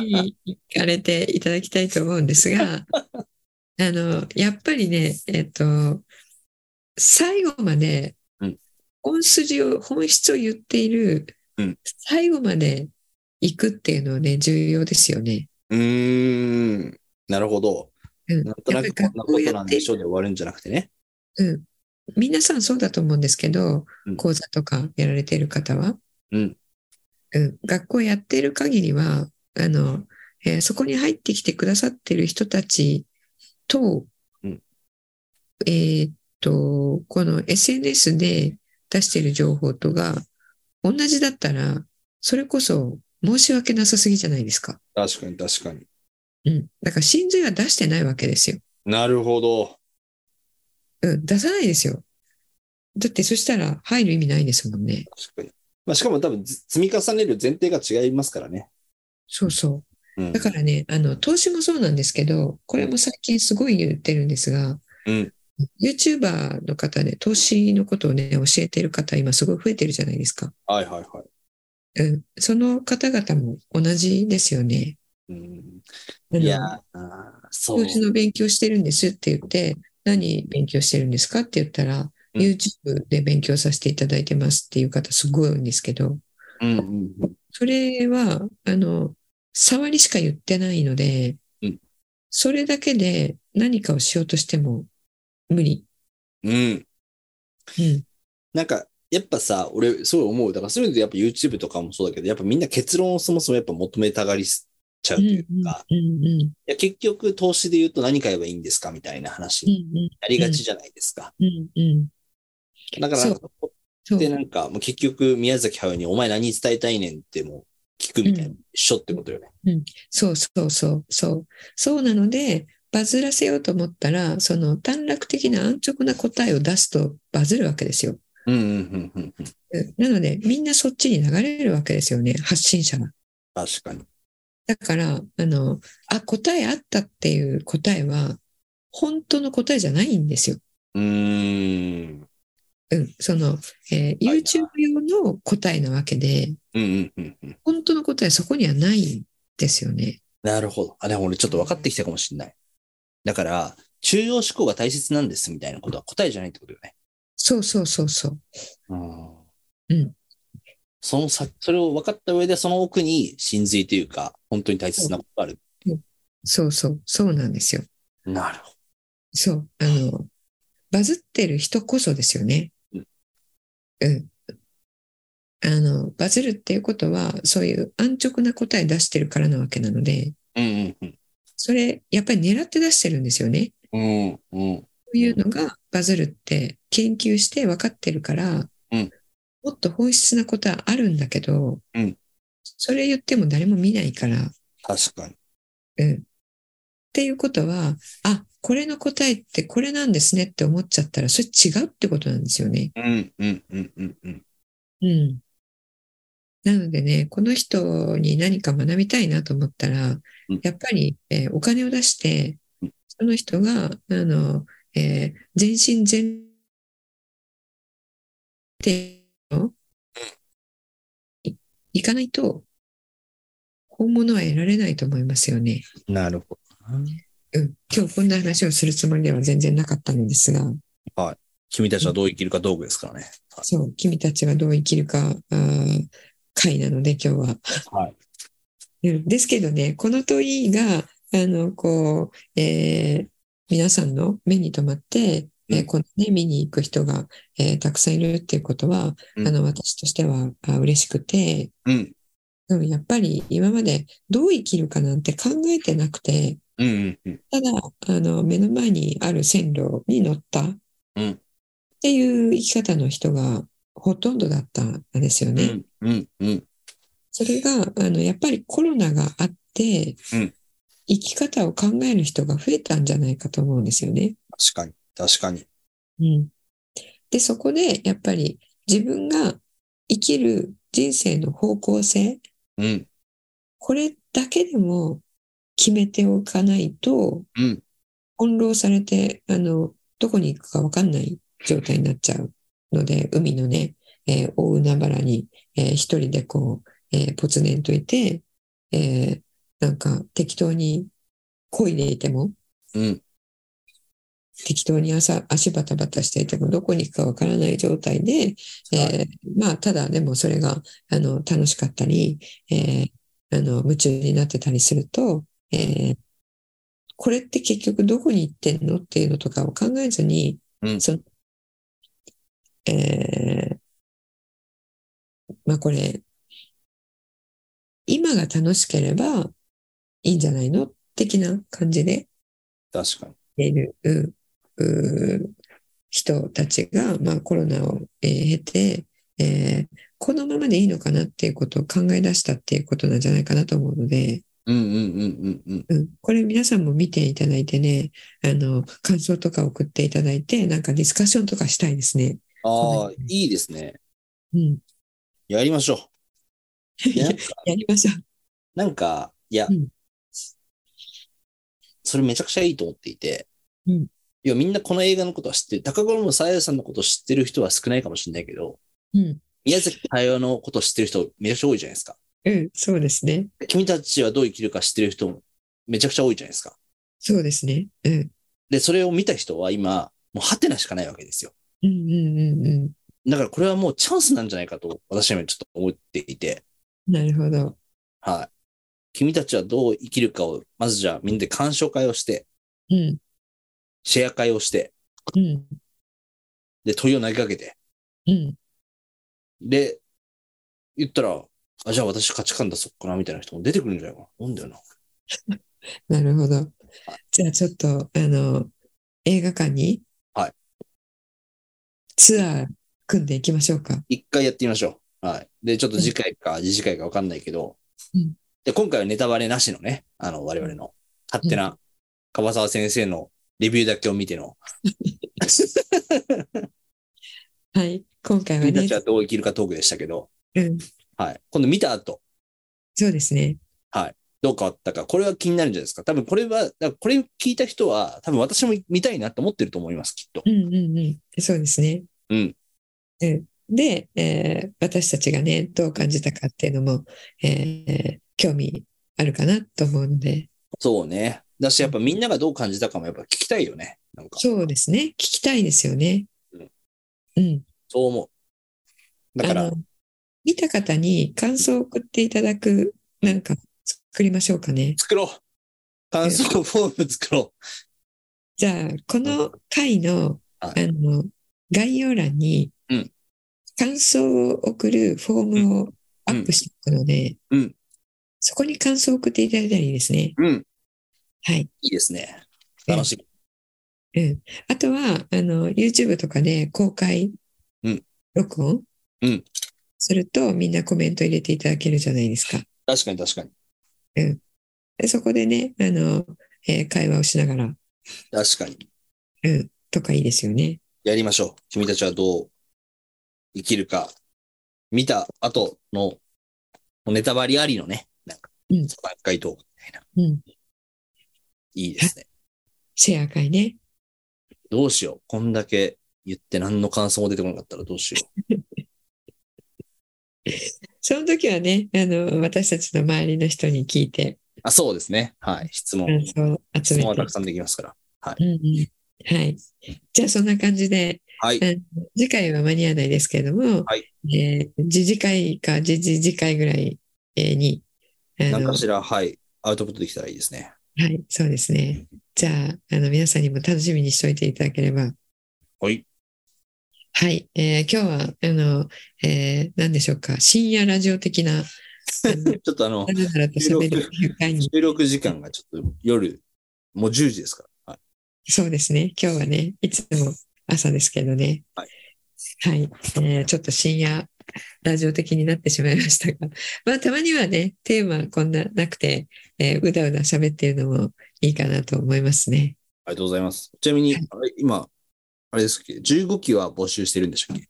S2: に行かれていただきたいと思うんです が、あの、やっぱりね、えっと、最後まで
S3: うん、
S2: 本筋を、本質を言っている
S3: うん、
S2: 最後まで行くっていうのはね、重要ですよね。
S3: うーん。なるほど。
S2: うん、
S3: なんとな
S2: やっ
S3: く
S2: ぱり
S3: こんなこと
S2: こうや
S3: な
S2: っ
S3: ん
S2: て
S3: でしょうで終わるんじゃなくてね。
S2: うん、皆さんそうだと思うんですけど、
S3: うん
S2: 講座とかやられている方は、
S3: うん
S2: うん学校やっている限りはあの、えーそこに入ってきてくださっている人たちと、
S3: うん
S2: えーっとこの SNS で出している情報とが同じだったらそれこそ申し訳なさすぎじゃないですか。
S3: 確かに確かに。
S2: うん、だから真髄は出してないわけですよ。
S3: なるほど。
S2: うん、出さないですよ。だってそしたら入る意味ないですもんね。
S3: 確かに。まあ、しかも多分ず積み重ねる前提が違いますからね。
S2: そうそうう。
S3: ん
S2: だからね、あの、投資もそうなんですけど、これも最近すごい言ってるんですが、
S3: うん、
S2: YouTuber の方で投資のことをね、教えてる方、今すごい増えてるじゃないですか。
S3: はいはいはい。
S2: うん。その方々も同じですよね。
S3: うん、
S2: あの
S3: いやー、あーそう
S2: 投。資の勉強してるんですって言って、何勉強してるんですかって言ったら、
S3: うん
S2: YouTube で勉強させていただいてますっていう方すごい多いんですけど、
S3: うんうんうん
S2: それは、あの、触りしか言ってないので、
S3: うん
S2: それだけで何かをしようとしても無理。
S3: うん。
S2: うん。
S3: なんか、やっぱさ、俺、すごい思う。だから、そういうので、やっぱ YouTube とかもそうだけど、やっぱみんな結論をそもそもやっぱ求めたがりしちゃう
S2: う
S3: と
S2: ん
S3: いうか、
S2: うん
S3: い
S2: うんうん
S3: や結局、投資で言うと何買えばいいんですかみたいな話
S2: う
S3: に
S2: ん
S3: なりがちじゃないですか。
S2: うんうん
S3: だから、
S2: そうん
S3: なかこ
S2: そ
S3: こ
S2: う
S3: ってなんか、もう結局、宮崎駿に、お前何伝えたいねんってもう聞くみたいな、一緒ってことよね。
S2: そうそうそうそうそうなのでバズらせようと思ったらその短絡的な安直な答えを出すとバズるわけですよ。
S3: うんうんうんうんうん。
S2: うんなのでみんなそっちに流れるわけですよね発信者が。
S3: 確かに。
S2: だから、あの、あ、答えあったっていう答えは、本当の答えじゃないんですよ。
S3: うーん。
S2: うん。その、えー
S3: はいはい
S2: YouTube 用の答えなわけで、
S3: うんうんうんうん。
S2: 本当の答えそこにはないんですよね。
S3: なるほど。あ、でも俺ちょっと分かってきたかもしれない。だから、中央思考が大切なんですみたいなことは答えじゃないってことよね。
S2: そうそうそうそう。
S3: うん
S2: うん。
S3: そのさ、それを分かった上で、その奥に真髄というか、本当に大切なことがある。
S2: そうそう。そうなんですよ。
S3: なるほど。
S2: そう。あの、バズってる人こそですよね
S3: うん。
S2: うん。あの、バズるっていうことは、そういう安直な答え出してるからなわけなので、
S3: うんうん
S2: それ、やっぱり狙って出してるんですよね。
S3: うん。うんうん。
S2: そういうのがバズるって研究して分かってるから、
S3: うん
S2: もっと本質なことはあるんだけど、
S3: うん
S2: それ言っても誰も見ないから、っ
S3: 確かに。
S2: ていうことは、あ、これの答えってこれなんですねって思っちゃったら、それ違うってことなんですよね。
S3: うんうんうんうんうん。
S2: うん。なのでね、この人に何か学びたいなと思ったら
S3: うん、
S2: やっぱり、えーお金を出して、その人が、あの、えー全身全霊のいいかないと、本物は得られないと思いますよね。
S3: なるほどな。
S2: うん、今日こんな話をするつもりでは全然なかったのですが、
S3: 君たちはどう生きるか道具ですからね。
S2: そう、君たちはどう生きるか、あー回なので今日は。
S3: はい。
S2: うんですけどね、この問いが、あの、こう、えー皆さんの目に留まって、えー
S3: うん
S2: このね、見に行く人が、えーたくさんいるっていうことは、
S3: うん
S2: あの、私としてはあ嬉しくて、
S3: うん。
S2: うんやっぱり今までどう生きるかなんて考えてなくて、
S3: うんうんうん。
S2: ただ、あの、目の前にある線路に乗ったっ
S3: うん
S2: ていう生き方の人がほとんどだったんですよね。
S3: うんうんうん。
S2: それが、あの、やっぱりコロナがあって、
S3: うん
S2: 生き方を考える人が増えたんじゃないかと思うんですよね。
S3: 確かに。確かに。
S2: うん、で、そこで、やっぱり自分が生きる人生の方向性、
S3: うん
S2: これだけでも決めておかないと、
S3: うん
S2: 翻弄されて、あの、どこに行くかわかんない状態になっちゃうので、海のね、えー大海原に、えー一人でこう、えーポツネンといて、えーなんか適当に漕いでいても、
S3: うん
S2: 適当に朝足バタバタしていてもどこに行くかわからない状態で、えーまあただでもそれがあの楽しかったり、えーあの夢中になってたりすると、えーこれって結局どこに行ってんのっていうのとかを考えずに、
S3: うん
S2: そのえーまあこれ今が楽しければいいんじゃないの的な感じで
S3: 確かに。
S2: っているうう人たちが、まあ、コロナを、えー経て、えーこのままでいいのかなっていうことを考え出したっていうことなんじゃないかなと思うので、
S3: うんうんうんうんうん。
S2: うん、これ皆さんも見ていただいてねあの感想とか送っていただいてなんかディスカッションとかしたいですね。
S3: ああ
S2: は、
S3: いいですね。
S2: うん、
S3: やりましょ う。いやなんか、
S2: やりましょ
S3: なんかいや、
S2: うん
S3: それめちゃくちゃいいと思っていて、
S2: うん
S3: いや、みんなこの映画のことは知ってる。高頃もさやさんのこと知ってる人は少ないかもしれないけど、
S2: う。うん、
S3: 宮崎駿のこと知ってる人めちゃくちゃ多いじゃないですか。
S2: うん、そうですね。
S3: 君たちはどう生きるか知ってる人もめちゃくちゃ多いじゃないですか。
S2: そうですね。うん、
S3: で、それを見た人は今、もうハテナしかないわけですよ。
S2: うん、うん、うん、う
S3: だからこれはもうチャンスなんじゃないかと私は今ちょっと思っていて、
S2: ん。なるほど。
S3: はい。君たちはどう生きるかを、まずじゃあみんなで鑑賞会をして、
S2: うん、
S3: シェア会をして、
S2: うん、
S3: で、問いを投げかけて、
S2: うん、
S3: で、言ったら、あ、じゃあ私価値観出そっかな、みたいな人も出てくるんじゃないかな。なんだよな。
S2: なるほど。じゃあちょっと、あの、映画館に、
S3: はい
S2: ツアー組んでいきましょうか。
S3: 一回やってみましょう。はい。で、ちょっと次回か次次回かわかんないけど、
S2: うん
S3: で、今回はネタバレなしのね、あの、我々の勝手な、樺沢先生のレビューだけを見 ての、
S2: はい。今回は
S3: 君た
S2: ね
S3: ち、はどう生きるかトークでしたけど、
S2: うん、
S3: はい。今度見た後、
S2: そうですね。
S3: どう変わったか、これは気になるんじゃないですか。多分これは、だからこれ聞いた人は、多分私も見たいなと思ってると思います、きっと。
S2: うんうんうん。そうですね。
S3: うん。
S2: うん、で、えー私たちがね、どう感じたかっていうのも、えー興味あるかなと思うので、
S3: そうね。だし、やっぱみんながどう感じたかもやっぱ聞きたいよね。なんか、
S2: そうですね。聞きたいですよね
S3: うん。
S2: うん。
S3: そう思う。だから
S2: あ、の見た方に感想を送っていただく、なんか作りましょうかね。
S3: 作ろう感想フォーム作ろう
S2: じゃあ、この回の、
S3: は
S2: あの、概要欄に
S3: うん、
S2: 感想を送るフォームをアップしておくので、
S3: うん
S2: そこに感想を送っていただいたらいいですね。
S3: うん。
S2: はい。
S3: いいですね。
S2: うん
S3: 楽しみ。
S2: あとは、あの、YouTube とかで公開
S3: うん
S2: 録音
S3: うん
S2: すると、みんなコメント入れていただけるじゃないですか。
S3: 確かに確かに。
S2: でそこでね、あの、えー会話をしながら
S3: 確かに。
S2: とかいいですよね。
S3: やりましょう。君たちはどう生きるか。見た後のもうネタバリありのね、なんか、
S2: うん
S3: 座談会トークみたいな。
S2: うん
S3: いいですね。
S2: シェア会ね。
S3: どうしよう。こんだけ言って何の感想も出てこなかったらどうしよう。
S2: その時はね、あの、私たちの周りの人に聞いて、
S3: あ、そうですね。はい。質問。
S2: 感想を集
S3: 質問
S2: め
S3: は
S2: て
S3: たく。さんできますから。
S2: うんうんはい。じゃあ、そんな感じで、
S3: はい。
S2: 次回は間に合わないですけれども、
S3: はい
S2: えー次次回か次次次回ぐらいえーに、あ
S3: 何
S2: の、
S3: か
S2: は
S3: しら、はい。アウトプットできたらいいですね。
S2: い、そうですね。じゃあ、あの、皆さんにも楽しみにしておいていただければ。
S3: はい。
S2: はい、えー今日は、あの、えー何でしょうか、深夜ラジオ的な、
S3: ちょっとあの
S2: だ、らだらと喋るっていう回に、
S3: 収録時間がちょっと夜、もう10時ですから。はい。
S2: そうですね、今日はね、いつも朝ですけどね、
S3: はい
S2: はい、えーちょっと深夜ラジオ的になってしまいましたが、 まあ、たまにはね、テーマこんななくて、えーうだうだ喋っているのもいいかなと思いますね。
S3: ありがとうございます。ちなみに、
S2: はい
S3: あれ今、あれですっけ ?15 期は募集してるんでしたっけ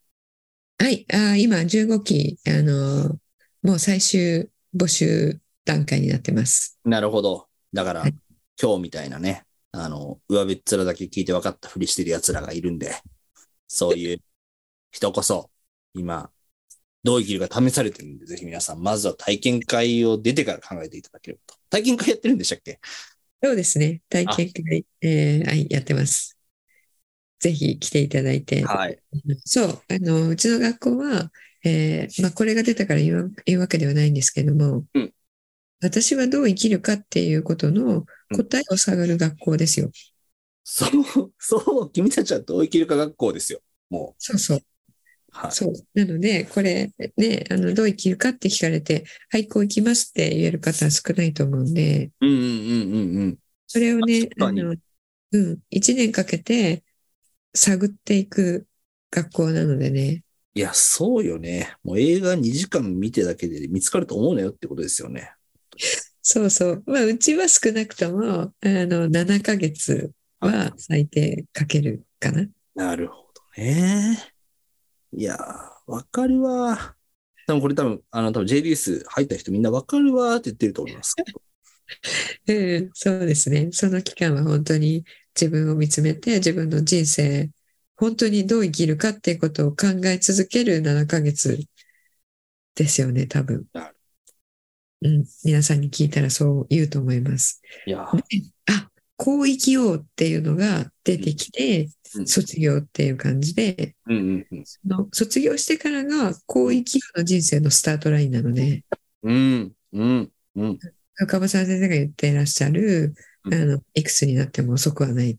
S2: はい、あー今15期、あのーもう最終募集段階になってます。
S3: なるほど。だから、
S2: はい
S3: 今日みたいなね、あの、上べっ面だけ聞いて分かったふりしてる奴らがいるんで、そういう人こそ、今、どう生きるか試されてるんで、ぜひ皆さん、まずは体験会を出てから考えていただければと。体験会やってるんでしたっけ
S2: そうですね、体験会、えーはい、やってます。ぜひ来ていただいて。
S3: はい。
S2: そう、あの、うちの学校は、えーまあ、これが出たから言うわ言うわけではないんですけども、
S3: うん
S2: 私はどう生きるかっていうことの答えを探る学校ですよ。
S3: そう、そう、君たちはどう生きるか学校ですよ。も
S2: そうそう、
S3: う、はい。
S2: そう。なので、これ、ね、あの、どう生きるかって聞かれて、はい、こう生きますって言える方は少ないと思うんで、
S3: うんうんうんうんうん。
S2: それをね、
S3: 確
S2: あ
S3: かに
S2: の、うん、一年かけて探っていく学校なのでね、
S3: いや、そうよね。もう映画2時間見てだけで見つかると思うなよってことですよね。
S2: そうそう。まあ、うちは少なくとも、あの、7ヶ月は最低かけるかな。
S3: なるほどね。いやー、わかるわ。多分これ多分、あの、多分 J リース入った人みんなわかるわーって言ってると思いますけど。
S2: うん、そうですね。その期間は本当に自分を見つめて、自分の人生、本当にどう生きるかっていうことを考え続ける7ヶ月ですよね、多分
S3: なる。
S2: うん、皆さんに聞いたらそう言うと思います。
S3: いやー、
S2: あ、こう生きようっていうのが出てきて、
S3: うん
S2: 卒業っていう感じで、
S3: うんうんうん。
S2: の卒業してからがこう生きるの人生のスタートラインなので
S3: うん、うん、うん。
S2: 赤羽さん先生が言っていらっしゃる、
S3: うん
S2: あのいくつになっても遅くはない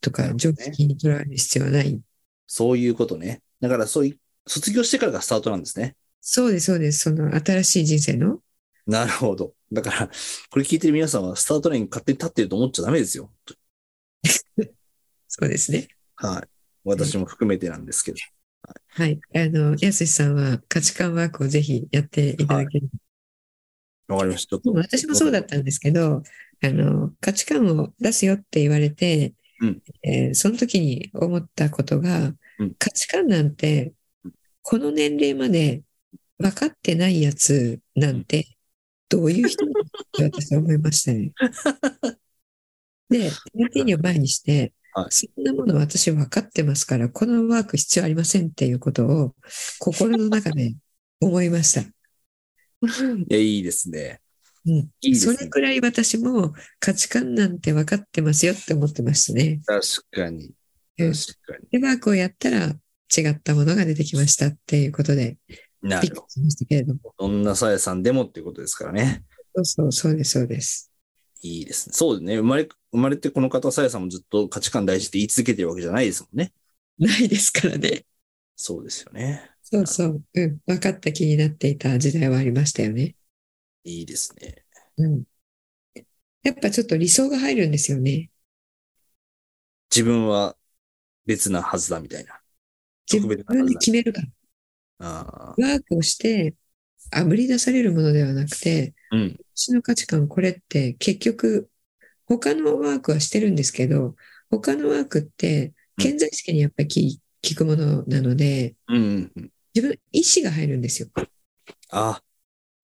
S2: と
S3: な
S2: か
S3: るほど
S2: 常
S3: ね
S2: 識にとらわれる必要はない
S3: そういうことね。だからそうい、卒業してからがスタートなんですね。
S2: そうですそうですその新しい人生の
S3: なるほど。だから、これ聞いてる皆さんはスタートライン勝手に立ってると思っちゃダメですよ。
S2: そうですね
S3: はい。私も含めてなんですけど。
S2: はいあのやすしさんは価値観ワークをぜひやっていただける、
S3: わかりました。ちょっ
S2: で
S3: と
S2: も。私もそうだったんですけどあの価値観を出すよって言われて、
S3: うん
S2: えーその時に思ったことが、
S3: うん
S2: 価値観なんて
S3: うん
S2: この年齢まで分かってないやつなんてどういう人なんだって私は思いました ね。で LT を前にして、
S3: はい
S2: そんなもの私分かってますからこのワーク必要ありませんっていうことを心の中で思いま した。
S3: いや、いいですね。
S2: うん
S3: いいで
S2: そ
S3: す
S2: れ
S3: ね。
S2: くらい私も価値観なんて分かってますよって思ってましたね。
S3: 確かに。
S2: う
S3: 確
S2: ん
S3: かに。
S2: で、ワークをやったら違ったものが出てきましたっていうことで、
S3: な
S2: びっく
S3: る
S2: り
S3: ほ
S2: しましたけれども。
S3: ど。どんなさやさんでもっていうことですからね。
S2: そうそう、そうです、そうです。
S3: いいですね。そうね。生まれ、生まれてこの方、さやさんもずっと価値観大事って言い続けてるわけじゃないですもんね。
S2: ないですからね。
S3: そうですよね。
S2: そうそう、うん。分かった気になっていた時代はありましたよね。
S3: いいですね。
S2: うん。やっぱちょっと理想が入るんですよね。
S3: 自分は別なはずだみたいな。
S2: 自
S3: 特別な
S2: 分
S3: はず
S2: で
S3: だ
S2: 決めるから。
S3: あ
S2: ワークをして、あぶり出されるものではなくて、
S3: ーうん。
S2: 私の価値観これって結局他のワークはしてるんですけど他のワークって健在意識にやっぱりき効くものなので
S3: うんうんうん。
S2: 自分の意思が入るんですよ。
S3: あ、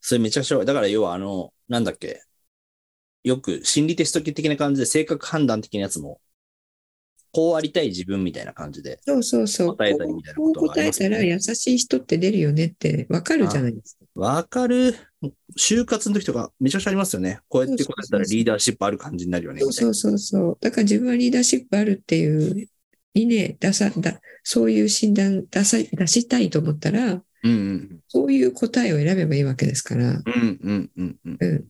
S3: それめちゃくちゃ、だから要はあの、なんだっけ。よく心理テスト的な感じで性格判断的なやつも、こうありたい自分みたいな感じで。
S2: そうそうそう。
S3: 答えたりみたいな
S2: こ
S3: こ
S2: う
S3: とがあり
S2: 答え
S3: ます
S2: た
S3: よね
S2: ら優しい人って出るよねってわかるじゃないですか。
S3: わかる。就活の時とかめちゃくちゃありますよね。こうやってこうやったらリーダーシップある感じになるよね。
S2: そうそうそうそう。だから自分はリーダーシップあるっていう理念、出さ、だそういう診断出さ、出したいと思ったら、
S3: うんうん
S2: そういう答えを選べばいいわけですから。
S3: うんうんうんうん。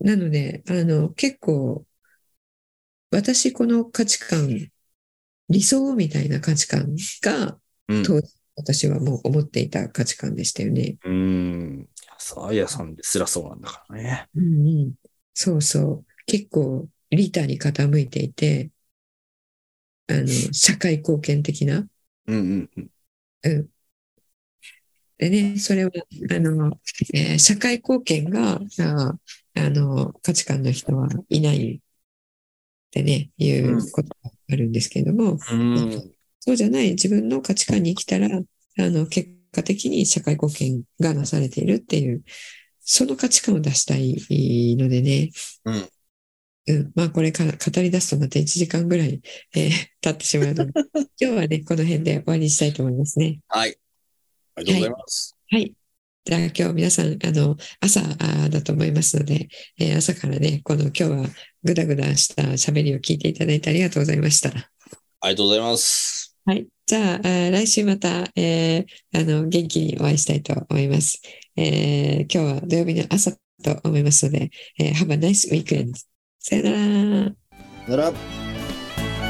S2: なので、あの、結構、私この価値観、理想みたいな価値観が、
S3: うん
S2: 当時私はもう思っていた価値観でしたよね。
S3: うん。さあやさんですらそうなんだからね。
S2: うんうん。そうそう。結構、リターに傾いていて、あの、社会貢献的な。
S3: うんうんうん。
S2: でね、それは、あの、えー社会貢献が、あーあの、価値観の人はいないってね、いうことがあるんですけれども、
S3: うん
S2: そうじゃない自分の価値観に生きたら、あの、結果的に社会貢献がなされているっていう、その価値観を出したいのでね。
S3: うん。
S2: うん、まあこれから語り出すとまた1時間ぐらい、えー経ってしま うので、今日はね、この辺で終わりにしたいと思いますね。
S3: はい。ありがとうございます。
S2: はい。じゃあ今日皆さん、あの、朝あーだと思いますので、えー朝からね、この今日はぐだぐだした喋りを聞いていただいてありがとうございました。
S3: ありがとうございます。
S2: はい。じゃあ、えー来週また、えーあの、元気にお会いしたいと思います。えー今日は土曜日の朝と思いますので、えー、Have a nice weekend. さよなら。
S3: なら。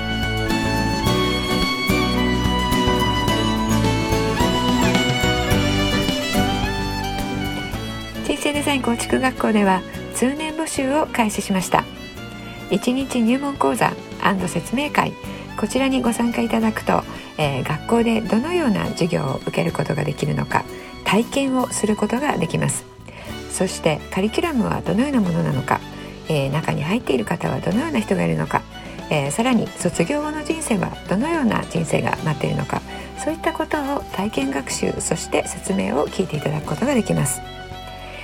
S4: 人生デザイン構築学校では通年募集を開始しました1日入門講座説明会こちらにご参加いただくと、えー学校でどのような授業を受けることができるのか体験をすることができますそしてカリキュラムはどのようなものなのか、えー中に入っている方はどのような人がいるのか、えーさらに卒業後の人生はどのような人生が待っているのかそういったことを体験学習そして説明を聞いていただくことができます